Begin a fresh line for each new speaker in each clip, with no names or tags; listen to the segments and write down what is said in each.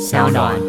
小暖。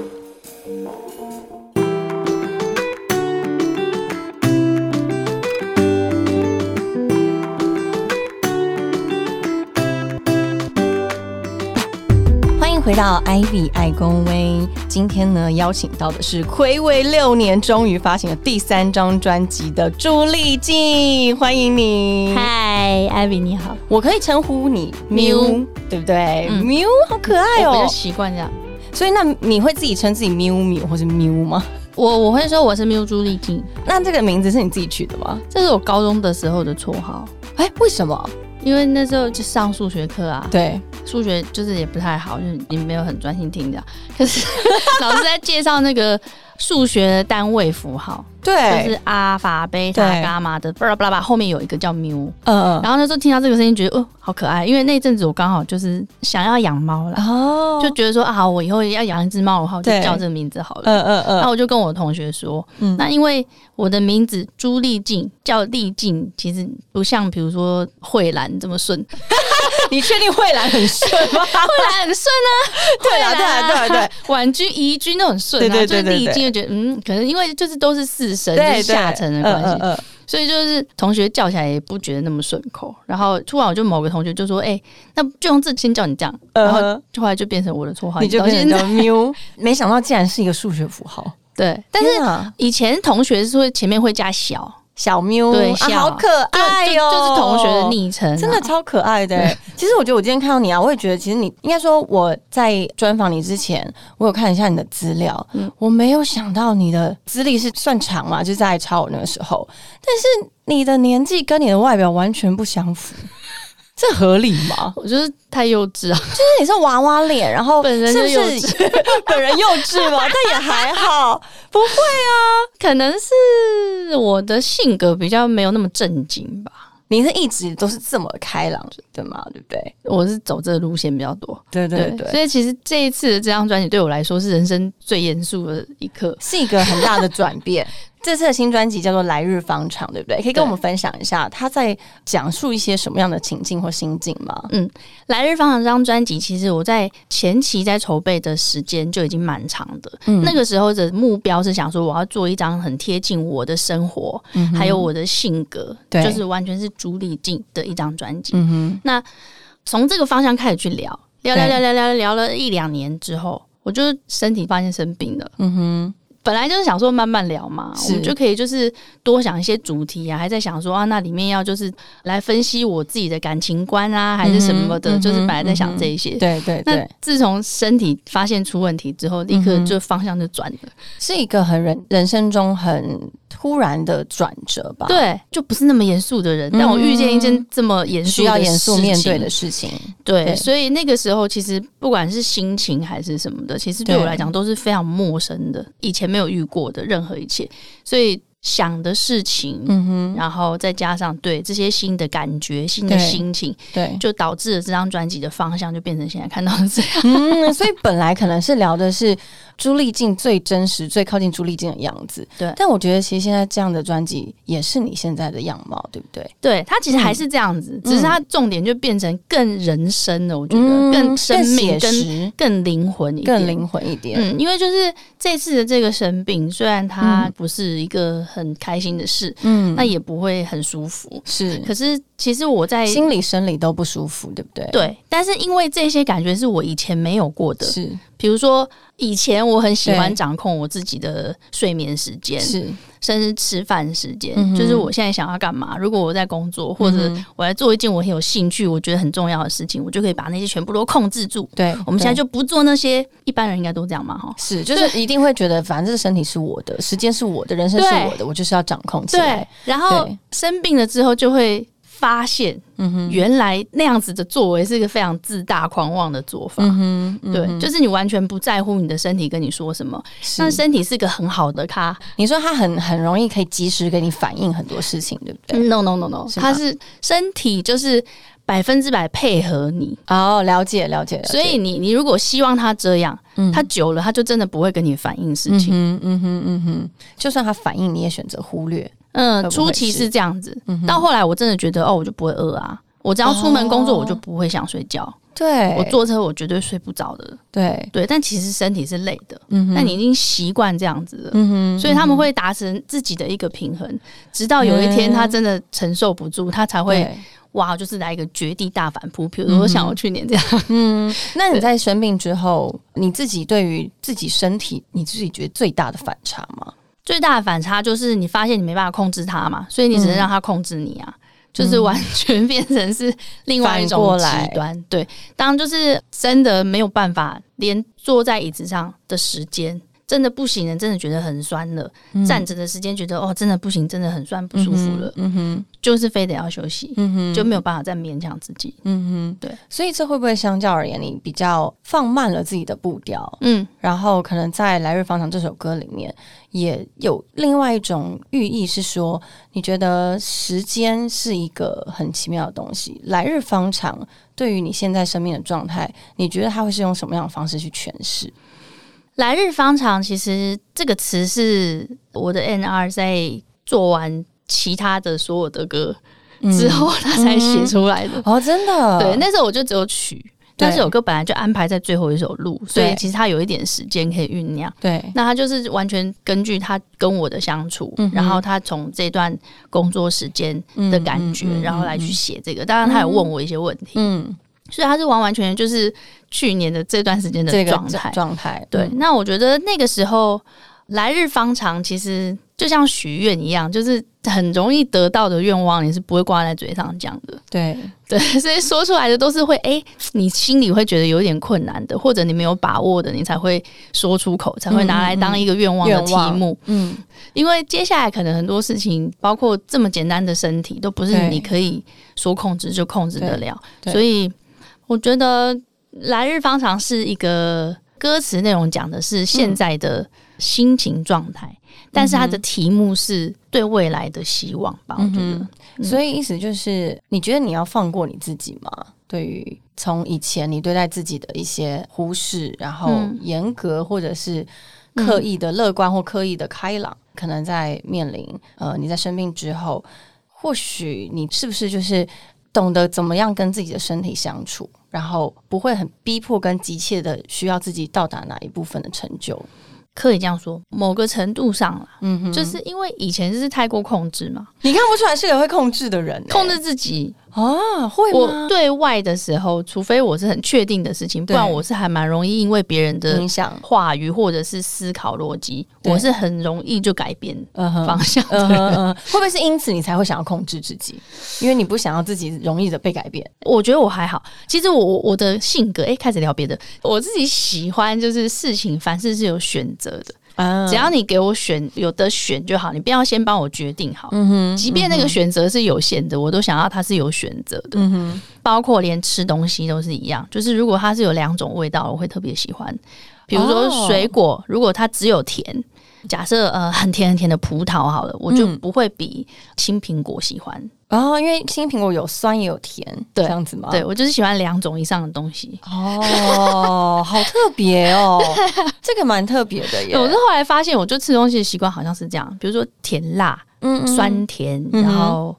欢迎回到 Ivy 爱公微，今天呢邀请到的是暌违六年终于发行了第三张专辑的朱丽静，欢迎你。
嗨，艾比你好，
我可以称呼你
Miu
对不对、
嗯
m i u 好可爱
我比较
哦、
习惯这样。
所以那你会自己称自己 Miu Miu 或是 Miu 吗？
我我会说我是缪朱丽静，
那这个名字是你自己取的吗？
这是我高中的时候的绰号，
哎、为什么？
因为那时候就上数学课啊，
对，
数学就是也不太好，就是也没有很专心听这样。可是 老师在介绍那个数学的单位符号，
对，
就是阿法、贝塔、
对
伽马的，巴拉巴拉巴拉，后面有一个叫缪。
嗯，
然后那时候听到这个声音，觉得哦好可爱，因为那阵子我刚好就是想要养猫啦，
哦，
就觉得说啊，我以后要养一只猫的话，我就
对
叫这个名字好了。
嗯嗯
那
嗯，
我就跟我同学说，
嗯
那因为我的名字朱丽静叫丽静，其实不像比如说慧兰这么顺， 慧
你确定慧兰很顺 吗？
兰很顺啊，
对啦
慧
对
兰
啦
啊
对啦对，
婉君、怡君都很顺啊，
对对对对对
就是丽静就觉得嗯，可能因为就是都是四声，就
对
是
对
下层的关系，
嗯嗯嗯
所以就是同学叫起来也不觉得那么顺口。然后突然我就某个同学就说，哎、那就用这先叫你这样，
嗯
然
哼
后就后来就变成我的绰号，
你就
到
变
现
成
在
叫 Miu，没 想到竟然是一个数学符号，
对，
但
但是。
是
以前同学是会前面会加小，
小 Miu
对
啊
小
好可
就
爱
就
哟、
就是同学的。昵称啊、
哎真的超可爱的、欸
对
其实我觉得我今天看到你啊，我也觉得其实你应该说我在专访你之前，我有看一下你的资料，
嗯
我没有想到你的资历是算长嘛，就是在超我那个时候，但是你的年纪跟你的外表完全不相 符，这合理吗？
我就是太幼稚啊，
就是你是娃娃脸，然后
本人
是
就
不
幼
是 本人幼稚嘛？但也还好，不会
可能是我的性格比较没有那么正经吧。
你是一直都是这么开朗的嘛，对不对？
我是走这个路线比较多，
对
所以其实这一次的这张专辑对我来说是人生最严肃的一刻。
是一个很大的转 变。这次的新专辑叫做《来日方长》，对不对？可以跟我们分享一下，他在讲述一些什么样的情境或心境吗？
来日方长这张专辑，其实我在前期在筹备的时间就已经蛮长的。
嗯
那个时候的目标是想说，我要做一张很贴近我的生活，
嗯哼
还有我的性格，
对
就是完全是主理静的一张专辑。
嗯哼，
从这个方向开始去聊，聊聊
对
聊聊聊聊了一两年之后，我就身体发现生病了。
嗯哼，
本来就是想说慢慢聊嘛，
是
我们就可以就是多想一些主题啊，还在想说啊，那里面要就是来分析我自己的感情观啊，还是什么的，
嗯哼
就是本来在想这一些。
对对
那
对，
自从身体发现出问题之后，立刻
嗯哼
就方向就转了，
是一个很人人生中很突然的转折吧？，
对，就不是那么严肃的人。
嗯
但我遇见一件这么严肃、
需要严肃面对的
事
事情。
情，对，
对
所以那个时候其实不管是心情还是什么的，其实对
对
我来讲都是非常陌生的，以前没有遇过的任何一切，所以想的事情，
嗯哼，
然后再加上对这些新的感觉、新的
对
心情，
对，
就导致了这张专辑的方向就变成现在看到 的这样。
嗯，所以本来可能是聊的是朱丽静最真实、最靠近朱丽静的样子，
对
但我觉得其实现在这样的专辑也是你现在的样貌，对不对？
对，它其实
嗯
还是这样子，只是它重点就变成更人生了，我觉得、更生
嗯
命、
更写
更
实
更灵魂一点。
更灵魂一点。
嗯，因为就是这次的这个生病，虽然它
嗯
不是一个很开心的事，
嗯，
那、也不会很舒服。
是
可是其实我在
嗯心理、生理都不舒服，对不对？，
对，但是因为这些感觉是我以前没有过的，
是
比如说，以前我很喜欢
对
掌控我自己的睡眠时间，
是，
甚至吃饭时间。
嗯哼
就是我现在想要干嘛，如果我在工作，或者
嗯哼
我来做一件我很有兴趣、我觉得很重要的事情，我就可以把那些全部都控制住。
对。
我们现在
对
就不做那些，一般人应该都这样嘛，哈。
是就是一定会觉得，反正这个身体是我的，时间是我的，人生是
对
我的，我就是要掌控起来
对。，然后
对
生病了之后就会发现，
嗯哼，
原来那样子的作为是一个非常自大狂妄的做法。
嗯哼，嗯
对，
哼
就是你完全不在乎你的身体跟你说什么，
是
那身体是个很好的咖，
你说他很很容易可以及时给你反映很多事情，对不对？
No no no no，
是吗
嗯它是身体就是百分之百配合你，
哦，了解了解，了解
嗯所以你你如果希望它这样，
嗯
它久了它就真的不会跟你反映事
嗯
情。
哼嗯哼嗯哼，就算他反应，你也选择忽略，
嗯，
会不会
初期
是嗯
是这样子，到后来我真的觉得哦，我就不会饿啊，我只要出门工作，
哦
我就不会想睡觉。
对，
我坐车，我绝对睡不着的。
对，
对，但其实身体是累的，
嗯哼
但你已经习惯这样子了。
嗯哼，
所以他们会达成自己的一个平衡，直到有一天
嗯
他真的承受不住，他才会
对。嗯
哇，就是来一个绝地大反扑。比如说，像我去年这样，
那你在生病之后，你自己对于自己身体，你自己觉得最大的反差吗？
最大的反差就是你发现你没办法控制它嘛，所以你只能
嗯
让它控制你啊，就是完全变成是另外一
反过
种
来
极端。对，当就是真的没有办法，连坐在椅子上的时间。真的不行了，真的觉得很酸了。站着的时间觉得哦，真的不行，真的很酸不舒服了，
嗯嗯哼，
就是非得要休息，
嗯哼，
就没有办法再勉强自己。
嗯哼，
对。
所以这会不会相较而言，你比较放慢了自己的步调，
嗯，
然后可能在《来日方长》这首歌里面，也有另外一种寓意是说，你觉得时间是一个很奇妙的东西，来日方长对于你现在生命的状态，你觉得它会是用什么样的方式去诠释？
来日方长，其实这个词是我的 NR 在做完其他的所有的歌、之后，他才写出来的。
嗯哦，真的，
对，那时候我就只有曲，但
对
这首歌本来就安排在最后一首录，所以
对
其实它有一点时间可以酝酿。
对，
那他就是完全根据他跟我的相处，
嗯哼
然后他从这段工作时间的感觉，
嗯嗯嗯嗯
然后来去写这个。当然，他有问我一些问题，
嗯，
所以他是完完全全就是去年的这段时间
这
的
个
状
状
态。
状态，
对，
嗯
那我觉得那个时候来日方长，其实就像许愿一样，就是很容易得到的愿望，你是不会挂在嘴上讲的。
对，
对，所以说出来的都是会，哎、你心里会觉得有点困难的，或者你没有把握的，你才会说出口，才会拿来当一个愿望的
嗯愿
题
望
目。
嗯，
因为接下来可能很多事情，包括这么简单的身体，都不
对
是你可以说控制就控制得了。
对对
所以我觉得“来日方长”是一个歌词内容讲的
嗯
是现在的心情状态，但是它
嗯
的题目是对未来的希望吧？我觉得，嗯
所以意思就是，你觉得你要放过你自己吗？对于从以前你对待自己的一些忽视，然后
嗯
严格或者是刻意的乐观或刻意的开朗，可能在面临呃你在生病之后，或许你是不是就是懂得怎么样跟自己的身体相处，然后不会很逼迫跟急切的需要自己到达哪一部分的成就？
可以这样说，某个程度上啦，
嗯哼，
就是因为以前是太过控制嘛，
你看不出来是个会控制的人欸、
控制自己。
啊，会
我
吗？
对外的时候，除非我是很确定的事情，不
对
然我是还蛮容易因为别人的
影响，
话语或者是思考逻辑，
对
我是很容易就改变
嗯哼
方向的
嗯
人。
哼嗯哼，会不会是因此你才会想要控制自己？因为你不想要自己容易的被改变。
我觉得我还好，其实我我我的性格，哎、开始聊别的，我自己喜欢就是事情，凡事是有选择的，
啊
只要你给我选，有的选就好，你不要先帮我决定好。
嗯哼
即便那个选择是有限的，我都想要它是有选择的，
嗯哼，
包括连吃东西都是一样。就是如果它是有两种味道，我会特别喜欢。比如
哦
说水果，如果它只有甜，假设呃很甜很甜的葡萄好了，我就
嗯
不会比青苹果喜欢。
哦，因为青苹果有酸也有甜，
对
这样子吗？
对。我就是喜欢两种以上的东西。
哦，好特别哦， 这个蛮特别的耶。
我是后来发现，我就吃东西的习惯好像是这样，比如说甜辣、
嗯
酸甜，
嗯哼
然后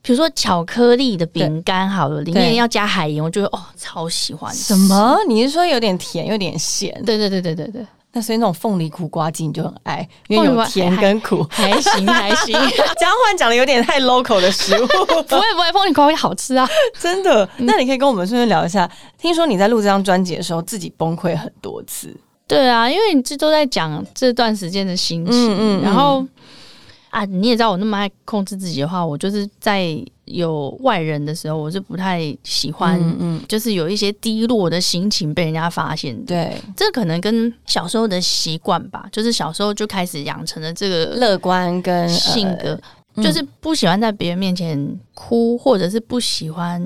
比如说巧克力的饼干好了，里面要加海盐，我就会哦超喜欢。
什？么？你是说有点甜，有点咸？
对对对对对对，
那所以那种凤梨苦瓜鸡你就很爱，因为有
凤梨哎
甜跟苦。
还行还 行，
江焕讲的有点太 local 的食物，
不会不会，凤梨口味好吃啊。
真的。那你可以跟我们顺便聊一下，听说你在录这张专辑的时候，自己崩溃很多次。
对啊，因为你这都在讲这段时间的心情，
嗯嗯嗯
然后啊，你也知道我那么爱控制自己的话，我就是在有外人的时候，我是不太喜欢，
嗯，
就是有一些低落的心情被人家发现的。
对，
这可能跟小时候的习惯吧，就是小时候就开始养成了这个
乐观跟
性
呃
格，
嗯
就是不喜欢在别人面前哭，或者是不喜欢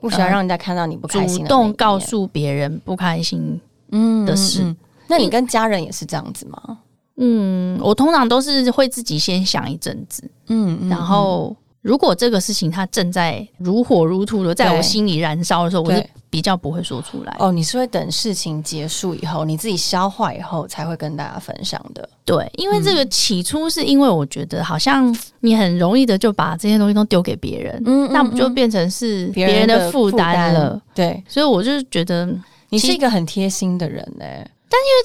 不想让人家看到你不开心
主
的那一面，
动告诉别人不开心
嗯
的事。
嗯嗯那你跟家人也是这样子吗？
嗯，我通常都是会自己先想一阵子，
嗯，嗯
然后如果这个事情它正在如火如荼的在
对
我心里燃烧的时候，我
对
是比较不会说出来。
哦，你是会等事情结束以后，你自己消化以后才会跟大家分享的。
对，因为
嗯
这个起初是因为我觉得好像你很容易的就把这些东西都丢给别人，
嗯
那不就变成是
别
别
人
人
的
的
负
负
担
担了？
对
所以我就觉得，因为
你是
其
一个很贴心的人呢、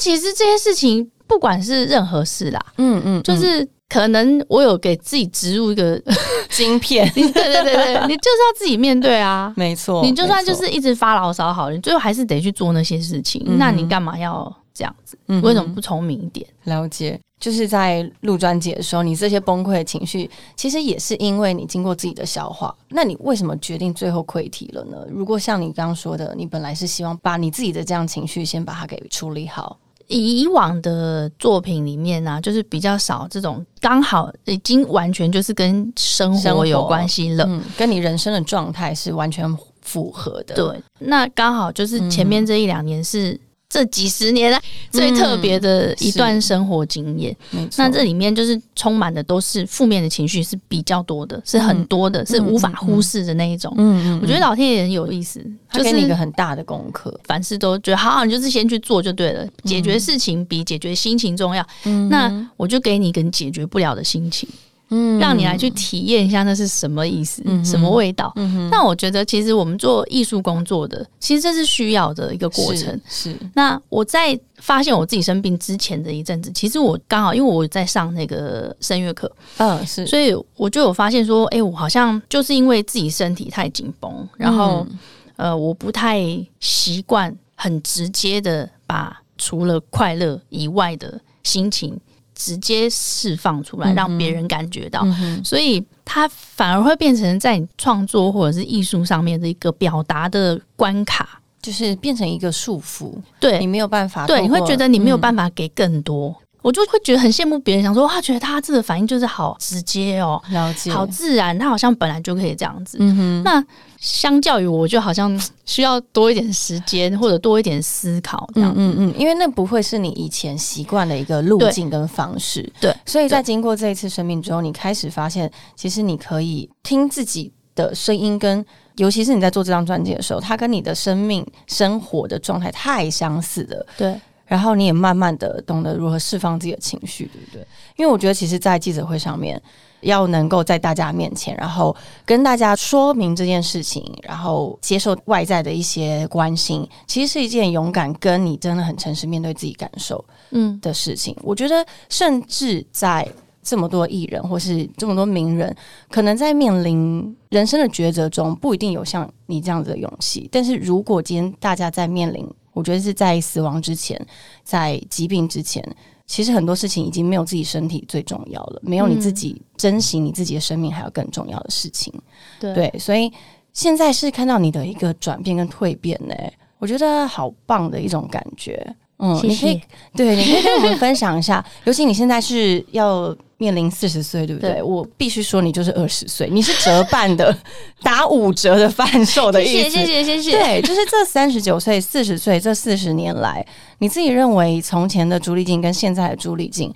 其实这些事情不管是任何事啦，
嗯嗯，
就是可能我有给自己植入 一个，，
晶片
对对对对，你就是要自己面对啊。
没错，
你就算就
没错，
是一直发牢骚好了，你最后还是得去做那些事情。
嗯哼
那你干嘛要这样子？
嗯哼
为什么不聪明一点？
了解？就是在录专辑的时候，你这些崩溃的情绪，其实也是因为你经过自己的消化。那你为什么决定最后溃体了呢？如果像你刚刚说的，你本来是希望把你自己的这样情绪先把它给处理好，
以以往的作品里面呢、就是比较少这种刚好已经完全就是跟生
生活
活有关系了。
嗯，跟你人生的状态是完全符合的。，
对，那刚好
嗯
就是前面这一两年是、这几十年来
嗯
最特别的一段生活经验。
没错。
那这里面就是充满的都是负面的情绪，是比较多的，是很多的，是无法忽视的那一种。
嗯，嗯
我觉得老天爷很有意思，
他
就
给你一个
是
很大的功课。
凡事都觉得好好，你就是先去做就对了。解决事情比解决心情重要。
嗯
那我就给你一个你解决不了的心情，
嗯
让你来去体验一下那是什么意思，
嗯哼
什么味道。
嗯哼，
那我觉得，其实我们做艺术工作的，其实这是需要的一个过程。
是是
那我在发现我自己生病之前的一阵子，其实我刚好因为我在上那个声乐课，
嗯是，
所以我就有发现说，哎、我好像就是因为自己身体太紧绷，然后、
嗯
呃，我不太习惯很直接的把除了快乐以外的心情直接释放出来，
嗯哼
让别人感觉到，
嗯哼
所以它反而会变成在你创作或者是艺术上面的一个表达的关卡。
就是变成一个束缚，你
对
没有办法透过，嗯
对，你会觉得你没有
法，
办法给更多。我就会觉得很羡慕别人，想说哇，觉得他这个反应就是好直接哦，
了解，
好自然，他好像本来就可以这样子。
嗯哼，
那相较于我，就好像需要多一点时间，或者多一点思考这样。
嗯嗯嗯，因为那不会是你以前习惯的一个路
对
径跟方式，
对，
所以在经过这一次生命之后，你开始发现，其实你可以听自己的声音跟。尤其是你在做这张专辑的时候，它跟你的生命生活的状态太相似了，
对，
然后你也慢慢的懂得如何释放自己的情绪，对不对？因为我觉得，其实，在记者会上面，要能够在大家面前，然后跟大家说明这件事情，然后接受外在的一些关心，其实是一件勇敢，跟你真的很诚实面对自己感受
嗯，
的事情。我觉得，甚至在这么多艺人或是这么多名人，可能在面临人生的抉择中，不一定有像你这样子的勇气。但是如果今天大家在面临，我觉得是在死亡之前，在疾病之前，其实很多事情已经没有自己身体最重要了，没有你自己珍惜你自己的生命还有更重要的事情。
对
对，所以现在是看到你的一个转变跟蜕变呢、我觉得好棒的一种感觉。嗯，
谢
你可以
谢。
对，你可以跟我们分享一下， 尤其你现在是要面临四十岁，对不对？
对
我必须说，你就是二十岁，你是折半的， 打五折的贩售的意
谢
思。
谢，谢谢，谢谢。
对，就是这三十九岁、四十岁这四十年来，你自己认为从前的朱丽静跟现在的朱丽静，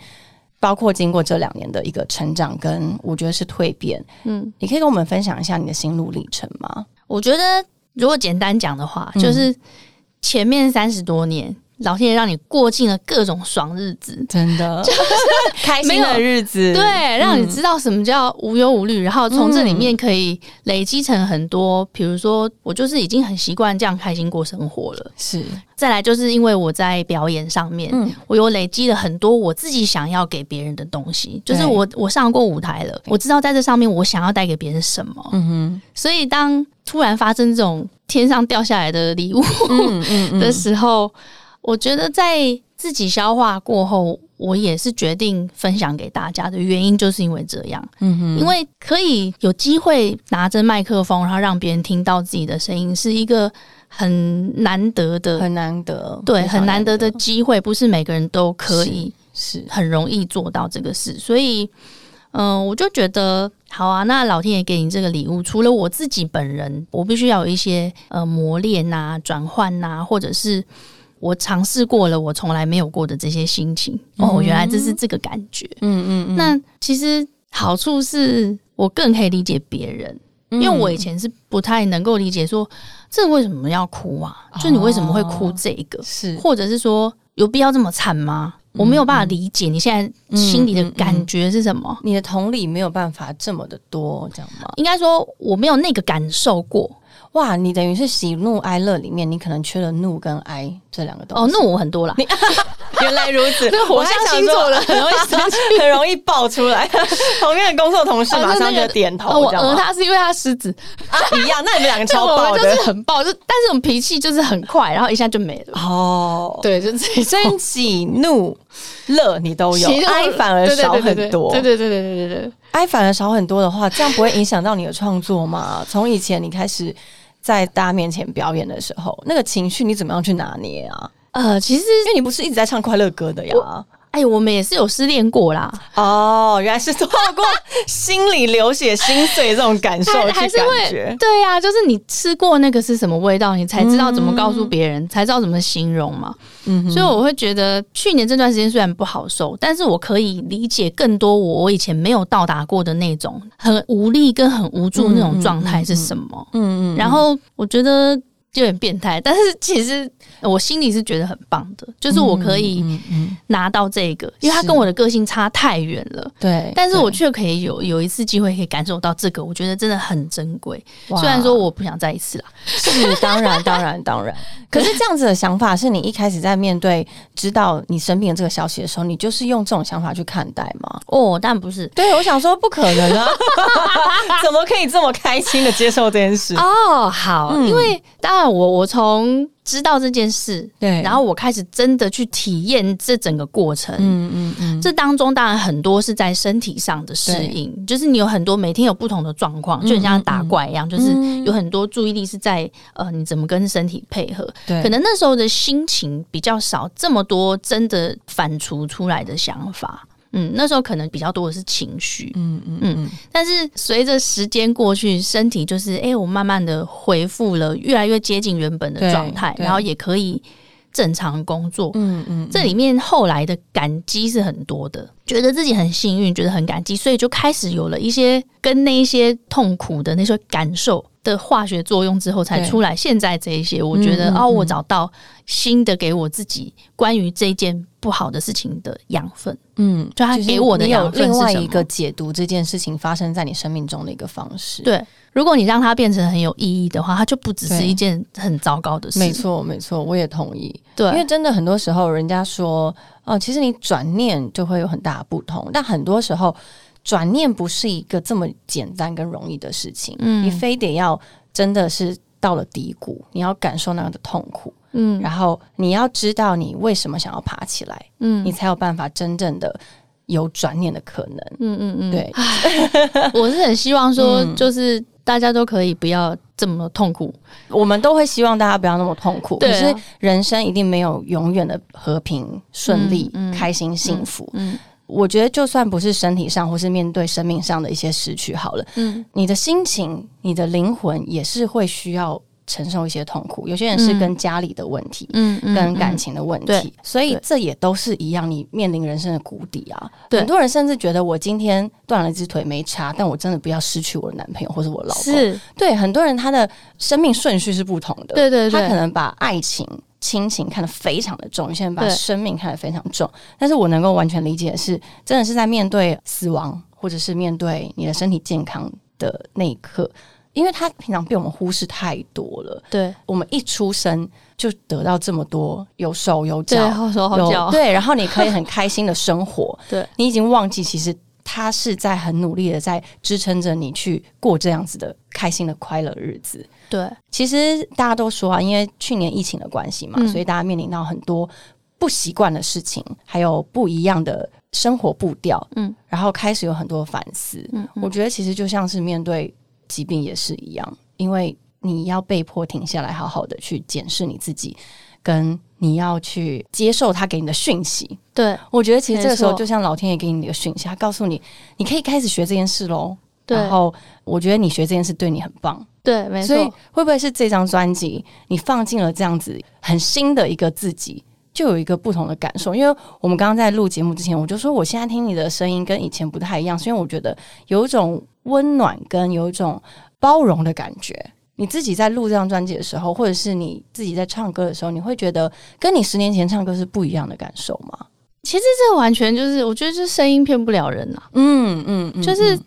包括经过这两年的一个成长跟我觉得是蜕变，
嗯，
你可以跟我们分享一下你的心路历程吗？
我觉得如果简单讲的话，
嗯
就是前面三十多年，老天爷让你过尽了各种爽日子，
真的，就是开心
没
的
有
日子，
对，让你知道什么叫无忧无虑，然后从这里面可以累积成很多，比如说我就是已经很习惯这样开心过生活了。
是，
再来就是因为我在表演上面，
嗯
我有累积了很多我自己想要给别人的东西，
对
就是我我上过舞台了，我知道在这上面我想要带给别人什么，
嗯
所以当突然发生这种天上掉下来的礼物
哼，嗯嗯嗯
的时候，我觉得在自己消化过后，我也是决定分享给大家的原因，就是因为这样，
嗯哼。
因为可以有机会拿着麦克风，然后让别人听到自己的声音，是一个很难得的
很难得，
对，
非常
很难得的机会，不是每个人都可
是
以
是，
很容易做到这个事，所以，嗯、我就觉得好啊。那老天爷给你这个礼物，除了我自己本人，我必须要有一些呃磨练呐、转换呐，或者是我尝试过了我从来没有过的这些心情。哦，原来这是这个感觉。
嗯嗯嗯
那其实好处是我更可以理解别人，
嗯
因为我以前是不太能够理解说这为什么要哭啊？就你为什么会哭
哦
这一个？
是
或者是说有必要这么惨吗？
嗯
我没有办法理解你现在心里的感觉是什么。
你的同理没有办法这么的多，这样吗？
应该说我没有那个感受过
哇，你等于是喜怒哀乐里面，你可能缺了怒跟哀这两个东
哦，
西。
那我很多 啦。
原来如此
那火象星座的很容易
生 气， 很容易爆出来。同样的工作同事
啊
马
那
上
那
就
个
点
哦
头，
我
这样
讹
吗？
他是因为他狮子，
啊， 一样。那你们两个
就
超
我
爆
们就是
的
很爆，就但是我们脾气就是很快，然后一下就没 了。
哦。
对，就这
所以喜怒 乐你都有
其实，我
哀反而
对对
少
对对
很多
对。对对对对对对。
哀反而少很多的话，这样不会影响到你的创作吗？ 从以前你开始在大家面前表演的时候，那个情绪你怎么样去拿捏啊？
呃，其实
因为你不是一直在唱快乐歌的呀。
哎，我们也是有失恋过啦，
哦，原来是透过心里流血、心碎这种感 受
还
去
还
感
是会
觉。
对呀、就是你吃过那个是什么味道，你才知道怎么告诉别人，才知道怎么形容嘛。
嗯哼，
所以我会觉得去年这段时间虽然不好受，但是我可以理解更多我我以前没有到达过的那种很无力跟很无助那种状态是什么。
嗯嗯，
然后我觉得有点变态，但是其实我心里是觉得很棒的，就是我可以
嗯嗯，
拿到这个，因为它
是
跟我的个性差太远了。
对。
但是我
对
却可以有有一次机会可以感受到这个，我觉得真的很珍贵。虽然说
哇
我不想再一次啦，
是当然，当然，当然。可是这样子的想法，是你一开始在面对知道你生病的这个消息的时候，你就是用这种想法去看待吗？
哦，但不是
对，我想说不可能啊，怎么可以这么开心的接受这件事？
哦，好，
嗯
因为当然我我从知道这件事，
对
然后我开始真的去体验这整个过程。
嗯嗯嗯，
这当中当然很多是在身体上的适应，就是你有很多每天有不同的状
嗯
况，就很像打怪一样，就是有很多注意力是在呃你怎么跟身体配合。
对，
可能那时候的心情比较少，这么多真的反刍出来的想法。嗯，那时候可能比较多的是情绪，
嗯嗯嗯，
但是随着时间过去，身体就是哎、诶我慢慢的恢复了，越来越接近原本的
对
状态，
对
然后也可以正常工作。
嗯嗯，
这里面后来的感激是很多的，觉得自己很幸运，觉得很感激，所以就开始有了一些跟那一些痛苦的那些感受的化学作用之后才
对
出来。现在这一些，我觉得、
嗯嗯
哦，
嗯
我找到新的给我自己关于这件不好的事情的养分。
嗯，
就他
是
给我的
你有
养分
另
是
外
什
一个
么
解读这件事情发生在你生命中的一个方式。，
对，如果你让它变成很有意义的话，它就不只是
对
一件很糟糕的事。
没，错没错，我也同意。
对，
因为真的很多时候，人家说，哦、其实你转念就会有很大的不同，但很多时候转念不是一个这么简单跟容易的事情，
嗯
你非得要真的是到了低谷，你要感受那样的痛苦，
嗯
然后你要知道你为什么想要爬起来，
嗯
你才有办法真正的有转念的可能。
嗯嗯嗯，
对，
我是很希望说，
嗯
就是大家都可以不要这么痛苦。
我们都会希望大家不要那么痛苦，
对
可
啊
是人生一定没有永远的和平、顺利、
嗯嗯
开心、幸福。
嗯
我觉得，就算不是身体上，或是面对生命上的一些失去，好了，
嗯，
你的心情、你的灵魂也是会需要承受一些痛苦。有些人是跟家里的问题。
嗯嗯
跟感情的问题，
对
所以
对
这也都是一样，你面临人生的谷底啊。
对
很多人甚至觉得我今天断了一只腿没差，但我真的不要失去我的男朋友或是我老公。
是，
对，很多人他的生命顺序是不同的。
对对
他可
对，
能把爱情、亲情看得非常的重，有些人把
对
生命看得非常重。但是我能够完全理解的是，真的是在面对死亡，或者是面对你的身体健康的那一刻，因为他平常被我们忽视太多了。
对
我们一出生就得到这么多，有手有
对，
脚，
好手好
有
脚，
对，然后你可以很开心的生 活，
对
你已经忘记其实。他是在很努力的在支撑着你去过这样子的开心的快乐日子，
对
其实大家都说啊，因为去年疫情的关系嘛，
嗯
所以大家面临到很多不习惯的事情，还有不一样的生活步调，
嗯
嗯，然后开始有很多反思。
嗯
我觉得其实就像是面对疾病也是一样，因为你要被迫停下来，好好的去检视你自己，跟你要去接受他给你的讯息。
对
我觉得其实这个时候
没错
就像老天爷给你的一个讯息，他告诉你，你可以开始学这件事喽。然
对
后我觉得你学这件事对你很棒。
对，没
所以
错，
会不会是这张专辑你放进了这样子很新的一个自己，就有一个不同的感受？因为我们刚刚在录节目之前，我就说我现在听你的声音跟以前不太一样，是因为我觉得有一种温暖跟有一种包容的感觉。你自己在录这张专辑的时候，或者是你自己在唱歌的时候，你会觉得跟你十年前唱歌是不一样的感受吗？
其实这完全就是，我觉得这声音骗不了人呐、
嗯嗯嗯
就是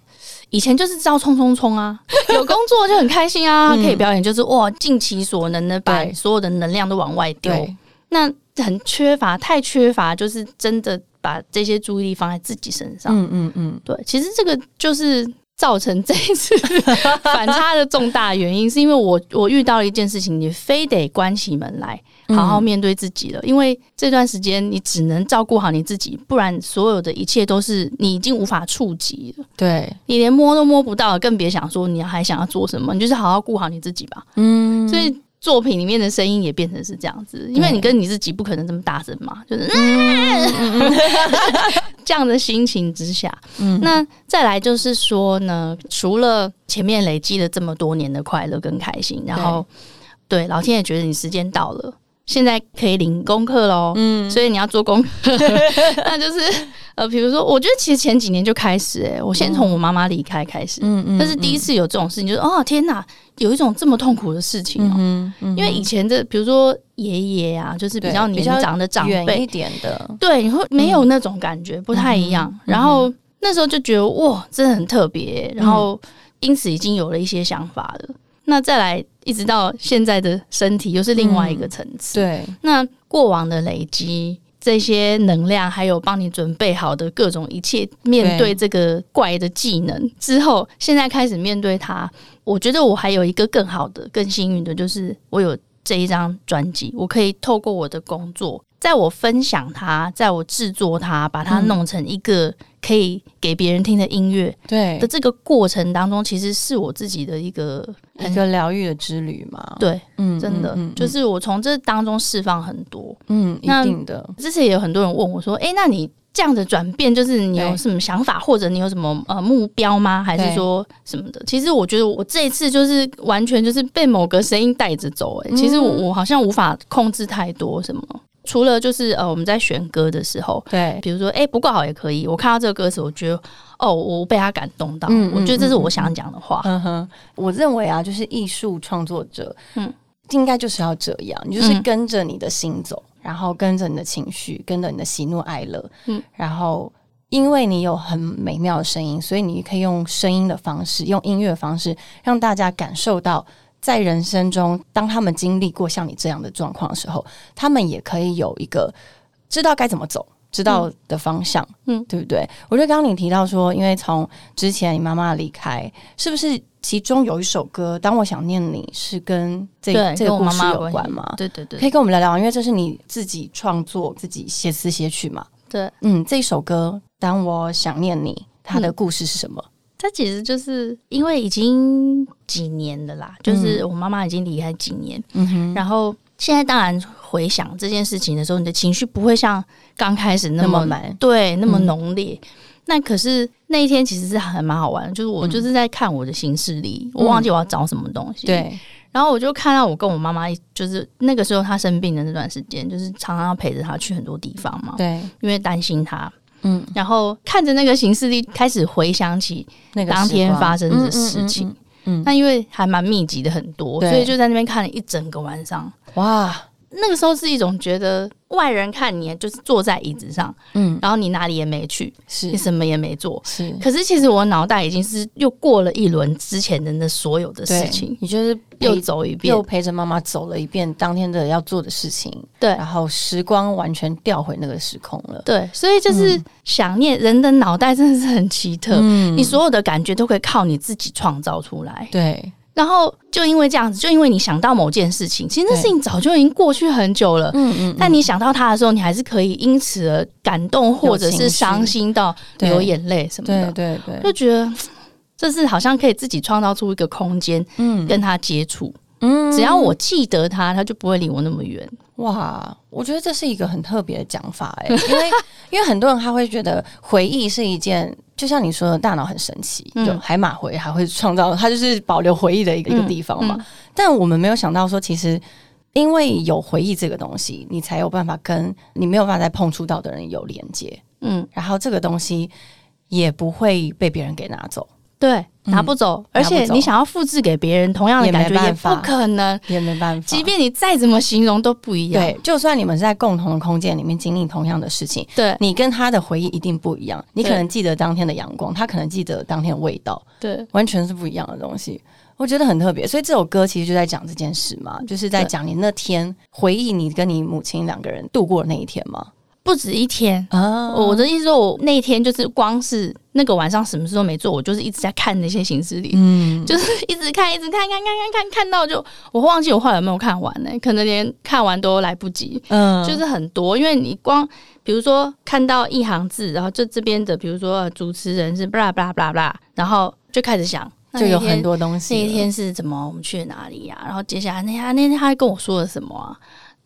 以前就是知道冲冲冲啊，有工作就很开心啊，
嗯
可以表演，就是哇，尽其所能的把
对
所有的能量都往外丢。
对，
那很缺乏，太缺乏，就是真的把这些注意力放在自己身上。
嗯嗯嗯，
对，其实这个就是造成这一次 反差的重大原因，是因为我我遇到了一件事情，你非得关起门来
嗯
好好面对自己了，因为这段时间你只能照顾好你自己，不然所有的一切都是你已经无法触及了，
对，
你连摸都摸不到，更别想说你还想要做什么，你就是好好顾好你自己吧。
嗯
所以作品里面的声音也变成是这样子，因为你跟你自己不可能这么大声嘛，
嗯
就是、嗯 这样的心情之下。
嗯
那再来就是说呢，除了前面累积了这么多年的快乐跟开心，然后对老天也觉得你时间到了，现在可以领功课喽。
嗯
所以你要做功课， 那就是呃，比如说，我觉得其实前几年就开始、欸，我先从我妈妈离开开始，
嗯嗯
但是第一次有这种事情，就是哦天哪，有一种这么痛苦的事情哦、
嗯，
因为以前的比如说爷爷啊，就是比
对
较年长的长
远一嗯
辈，
点的，
对，你会没有那种感觉，不太一
嗯
样。然后那时候就觉得哇，真的很特别，然后
嗯
因此已经有了一些想法了。那再来，一直到现在的身体又是另外一
嗯
个层次。
对，
那过往的累积。这些能量，还有帮你准备好的各种一切，面对
对
这个怪的技能之后，现在开始面对它。我觉得我还有一个更好的、更幸运的，就是我有这一张专辑，我可以透过我的工作，在我分享它，在我制作它，把它
嗯
弄成一个可以给别人听的音乐
对
的，这个过程当中，其实是我自己的一个
一个疗愈的之旅嘛，，
对，
嗯
真的、
嗯嗯
就是我从这当中释放很多。
嗯，一
那
定的，
之前也有很多人问我说：“诶，那你这样的转变，就是你有
对
什么想法，或者你有什么呃目标吗？还是
对
说什么的？”其实我觉得我这一次就是完全就是被某个声音带着走、诶，
嗯
其实我我好像无法控制太多什么，除了就是呃我们在选歌的时候。
对，
比如说，诶，不够好也可以。我看到这个歌词，我觉得，哦，我被他感动到，
嗯嗯
我觉得这是我想讲的话。
嗯哼，我认为啊，就是艺术创作者，
嗯
嗯，应该就是要这样，你就是
嗯
跟着你的心走，然后跟着你的情绪，跟着你的喜怒哀乐，
嗯
嗯，然后因为你有很美妙的声音，所以你可以用声音的方式，用音乐的方式，让大家感受到。在人生中，当他们经历过像你这样的状况的时候，他们也可以有一个知道该怎么走，知道的方向，
嗯
嗯，对不对？我觉得刚刚你提到说，因为从之前你妈妈离开，是不是其中有一首歌《当我想念你》是跟这
对
这
跟
个
我
故
妈
事
妈有
有
关
关吗？
对对对
可以跟我们聊聊，因为这是你自己创作、自己写词写曲嘛。
对，
嗯，这首歌《当我想念你》，它的故事是什么？
他其实就是因为已经几年了啦，就是我妈妈已经离开几年，
嗯哼，
然后现在当然回想这件事情的时候，你的情绪不会像刚开始那
那
么
么难，
对那么
嗯
浓烈。那可是那一天其实是还蛮好玩的，就是我
嗯
就是在看我的行事历，我忘记我要找什么东西。，
对，
然后我就看到我跟我妈妈一，就是那个时候她生病的那段时间，就是常常要陪着她去很多地方嘛，
对，
因为担心她。
嗯，
然后看着那个行事历，开始回想起
那个
当
时
天
光
发生的事情。
嗯嗯嗯嗯
那因为还蛮密集的，很多，
对
所以就在那边看了一整个晚上。
嗯哇，
那个时候是一种觉得外人看你就是坐在椅子上，
嗯，
然后你哪里也没去，
是
你什么也没做。
是
可是其实我脑袋已经是又过了一轮之前的那所有的事
对
情，
你就是
又
陪
走一遍
又。陪着妈妈走了一遍当天的要做的事情，
对
然后时光完全调回那个时空了。
对，所以就是想念人的脑袋真的是很奇特，
嗯
你所有的感觉都可以靠你自己创造出来。
对
然后就因为这样子，就因为你想到某件事情，其实那
对
事情早就已经过去很久了。嗯嗯。但你想到它的时候，你还是可以因此而感动，或者是
情绪
伤心到
对
流眼泪什么
对
的，
对对，
嗯就觉得。这是好像可以自己创造出一个空间，
嗯
跟他接触。
嗯
只要我记得他，他就不会离我那么远。
哇，我觉得这是一个很特别的讲法哎、 因为因为很多人他会觉得回忆是一件，就像你说的，大脑很神奇，
嗯
有海马回还会创造，它就是保留回忆的一个、一个地方
嗯
嘛。但我们没有想到说，其实因为有回忆这个东西，你才有办法跟你没有办法再碰触到的人有连接，
嗯，
然后这个东西也不会被别人给拿走。
对，拿不走。而
嗯
且
拿不走
你想要复制给别人同样的
也没
感觉，也
办法
不可能。
也没办法。
即便你再怎么形容都不一样。
对，就算你们在共同的空间里面经历同样的事情，
对
你跟他的回忆一定不一样。你可
对
能记得当天的阳光，他可能记得当天的味道，
对
完全是不一样的东西。我觉得很特别，所以这首歌其实就在讲这件事嘛，就是在
对
讲你那天回忆你跟你母亲两个人度过的那一天嘛。
不止一天。
啊
我的意思说，我那天就是光是那个晚上什么事都没做，我就是一直在看那些行事历，
嗯，
就是一直看，一直看，看看看看，看到就我忘记我后来有没有看完呢、可能连看完都来不及。
嗯
就是很多，因为你光比如说看到一行字，然后就这边的，比如说呃主持人是 blah blah blah blah，然后就开始想，那
就有
那天
很多东
那
西了。
一天是怎么，我们去了哪里啊呀、然后接下来那天那天他跟我说了什么啊？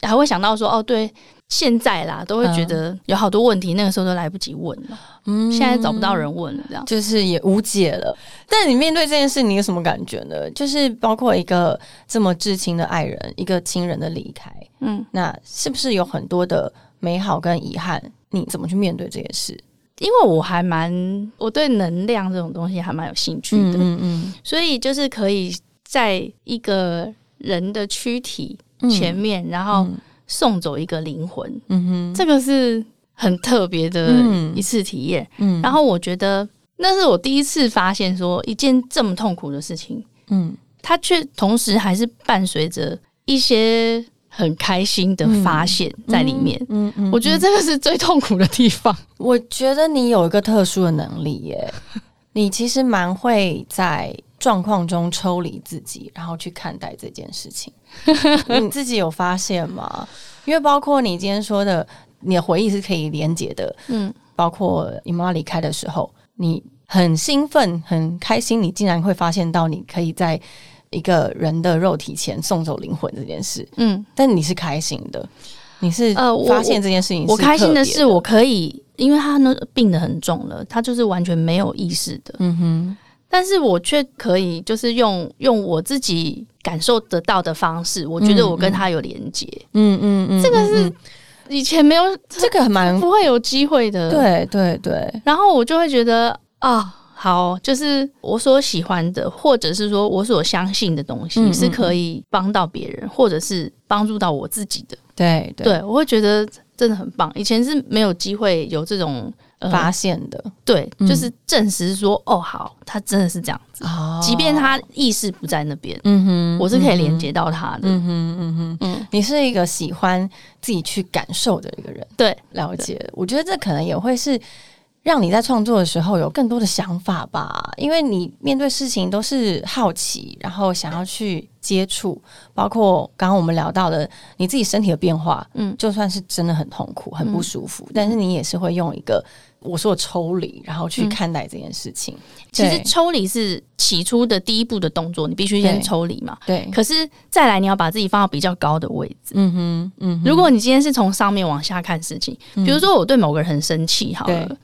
还会想到说哦，对，现在啦，都会觉得有好多问题，那个时候都来不及问了，
嗯
现在找不到人问了，这样。
就是也无解了。但你面对这件事，你有什么感觉呢？就是包括一个这么至亲的爱人，一个亲人的离开，
嗯，
那是不是有很多的美好跟遗憾？你怎么去面对这件事？
因为我还蛮我对能量这种东西还蛮有兴趣的，
嗯
所以就是可以在一个人的躯体前面，然后送走一个灵魂，
嗯哼，
这个是很特别的
嗯
呃一次体验。
嗯
然后我觉得那是我第一次发现，说一件这么痛苦的事情，
嗯
它却同时还是伴随着一些很开心的发现在里面。
嗯嗯，
我觉得这个是最痛苦的地方，
我觉得你有一个特殊的能力耶， 你其实蛮会在状况中抽离自己，然后去看待这件事 情。你自己有发现吗？因为包括你今天说的，你的回忆是可以连结的，
嗯，
包括你妈妈离开的时候，你很兴奋、很开心，你竟然会发现到你可以在一个人的肉体前送走灵魂这件事，
嗯，
但你是开心的，你是
呃我
发现这件事情是
我开心的
特别
是，我可以，因为他呢病得很重了，他就是完全没有意识的，
嗯哼，
但是我却可以就是用用我自己感受得到的方式，我觉得我跟他有连接，
嗯嗯嗯，
这个是以前没有
这个蛮
不会有机会的，。
对对对，
然后我就会觉得啊。好，就是我所喜欢的，或者是说我所相信的东西，
嗯嗯
是可以帮到别人，或者是帮助到我自己的。
对对，
对，我会觉得真的很棒。以前是没有机会有这种、呃、
发现的
对，
嗯
就是证实说，哦，好，他真的是这样子，
啊
即便他意识不在那边，
嗯哼
我是可以连接到他的。
嗯哼嗯哼嗯
嗯，
你是一个喜欢自己去感受的一个人，
对，
了解。我觉得这可能也会是让你在创作的时候有更多的想法吧，因为你面对事情都是好奇，然后想要去接触，包括刚刚我们聊到的你自己身体的变化，嗯
嗯，
就算是真的很痛苦、很不舒服，但是你也是会用一个我说的抽离，然后去
嗯
看待这件事情。
其实
对
抽离是起初的第一步的动作，你必须先
对
抽离嘛。
对，
可是再来，你要把自己放到比较高的位置。
嗯哼，嗯哼，嗯
如果你今天是从上面往下看事情，比如说我对某个人很生气，好了
对，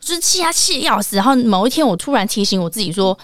就是气他气得要死。然后某一天，我突然提醒我自己说：“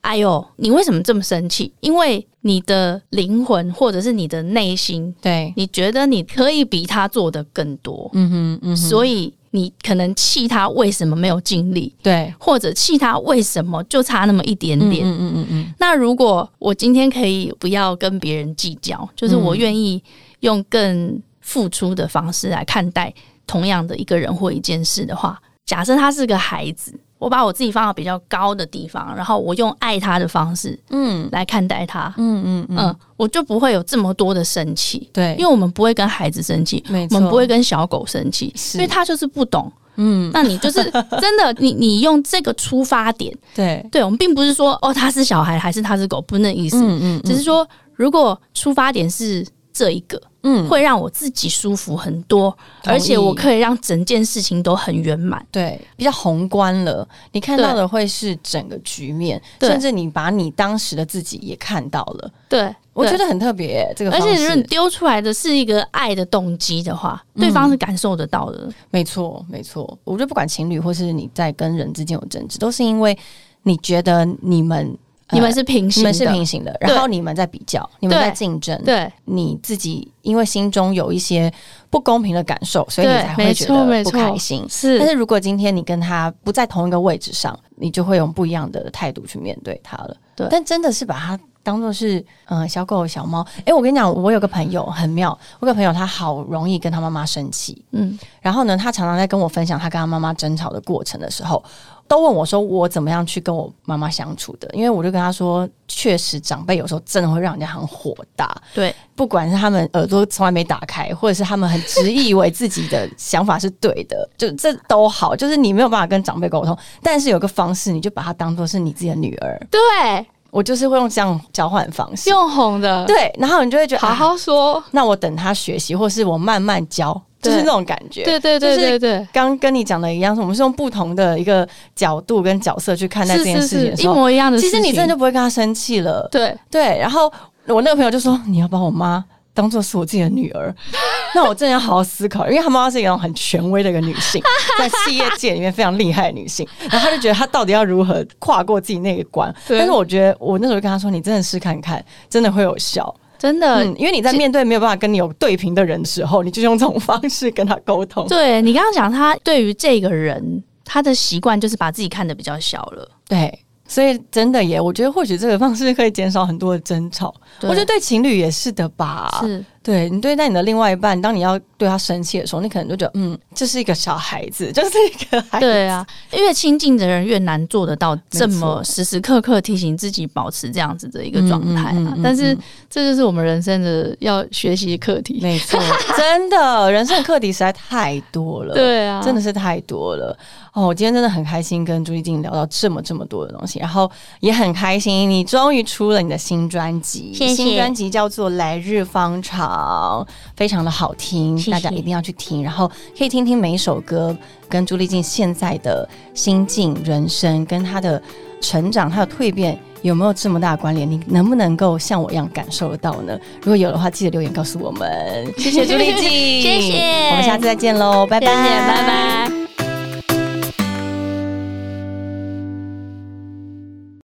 哎呦，你为什么这么生气？因为你的灵魂或者是你的内心，
对，
你觉得你可以比他做的更多，
嗯哼，嗯哼，
所以你可能气他为什么没有尽力，
对，
或者气他为什么就差那么一点点。
嗯嗯嗯嗯，
那如果我今天可以不要跟别人计较，就是我愿意用更付出的方式来看待同样的一个人或一件事的话，假设他是个孩子，我把我自己放到比较高的地方，然后我用爱他的方式，嗯，来看待他，嗯嗯嗯我就不会有这么多的生气，
对，
因为我们不会跟孩子生气，
没
我
错，
们不会跟小狗生气，
是
因为他就是不懂。嗯，那你就是 真的，你你用这个出发点，
对，
对我们并不是说哦他是小孩还是他是狗，不是那意思，
嗯嗯
只是说如果出发点是这一个，
嗯，
会让我自己舒服很多，
同意
而且我可以让整件事情都很圆满。
对，比较宏观了，你看到
对
的会是整个局面，
对
甚至你把你当时的自己也看到了，
对，
我觉
得。
得很特别耶、这个
而
方式，
且，如果你丢出来的是一个爱的动机的话，
嗯
对方是感受得到的。
没错，没错，我觉得不管情侣或是你在跟人之间有争执，都是因为你觉得你们。呃
你们是平行
你
的，
们是平行的，然后你们在比较，你们在竞争，
对，
你自己因为心中有一些不公平的感受，所以你
对
才会
没
觉
错没
得不
错
开心。
是
但是如果今天你跟他不在同一个位置上，你就会用不一样的态度去面对他了。
对
但真的是把它当做是嗯、呃小狗小猫。诶，我跟你讲，我有个朋友很妙，我有个朋友他好容易跟他妈妈生气，
嗯，
然后呢，他常常在跟我分享他跟他妈妈争吵的过程的时候。都问我说我怎么样去跟我妈妈相处的，因为我就跟他说，确实长辈有时候真的会让人家很火大，
对，
不管是他们耳朵从来没打开，或者是他们很执意以为自己的想法是对的，就这都好，就是你没有办法跟长辈沟通，但是有个方式，你就把它当做是你自己的女儿。
对，
我就是会用这样交换方式，
用哄的，
对，然后你就会觉得
好
啊，
好说，
那我等他学习，或是我慢慢教，就
对
是那种感觉。
对对对对对，
刚跟你讲的一样，我们是用不同的一个角度跟角色去看待这
是
件
是
事情
是
的，
一
时候，
模一样的事
其
情。
实你真的就不会跟他生气了。
对，
对，然后我那个朋友就说：“你要把我妈当做是我自己的女 儿。”那我真的要好好思考，因为她妈妈是一个很权威的一个女 性，在企业界里面非常厉害的女性。然后她就觉得她到底要如何跨过自己那一关。
对
但是我觉得我那时候就跟她说：“你真的试看看，真的会有效。”
真的。
嗯，因为你在面对没有办法跟你有对平的人的时候，你就用这种方式跟他沟通。
对你刚刚讲，他对于这个人，他的习惯就是把自己看得比较小了。
对，所以真的耶，我觉得或许这个方式可以减少很多的争吵。我
对
觉得对情侣也是的吧。
是，
对你对待你的另外一半，当你要对他生气的时候，你可能就觉得，嗯，这是一个小孩子，就是一个孩子。
对啊，越亲近的人越难做得到这么
没错
时时刻刻提醒自己保持这样子的一个状态
嗯嗯
啊
嗯嗯。
但是这就是我们人生的要学习的课题。
没错， 真的，人生的课题实在太多了。。
对啊，
真的是太多了哦！我今天真的很开心跟朱丽静聊到这么这么多的东西，然后也很开心你终于出了你的新专辑，
谢谢
新专辑叫做《来日方长》，非常的好听，
谢谢
大家一定要去听，然后可以听听每一首歌跟朱丽静现在的心境、人生跟她的成长、她的蜕变。有没有这么大的关联？你能不能够像我一样感受得到呢？如果有的话，记得留言 告诉我们。谢谢朱丽静，
谢谢
我们下次再见喽，拜拜，
谢谢，拜拜。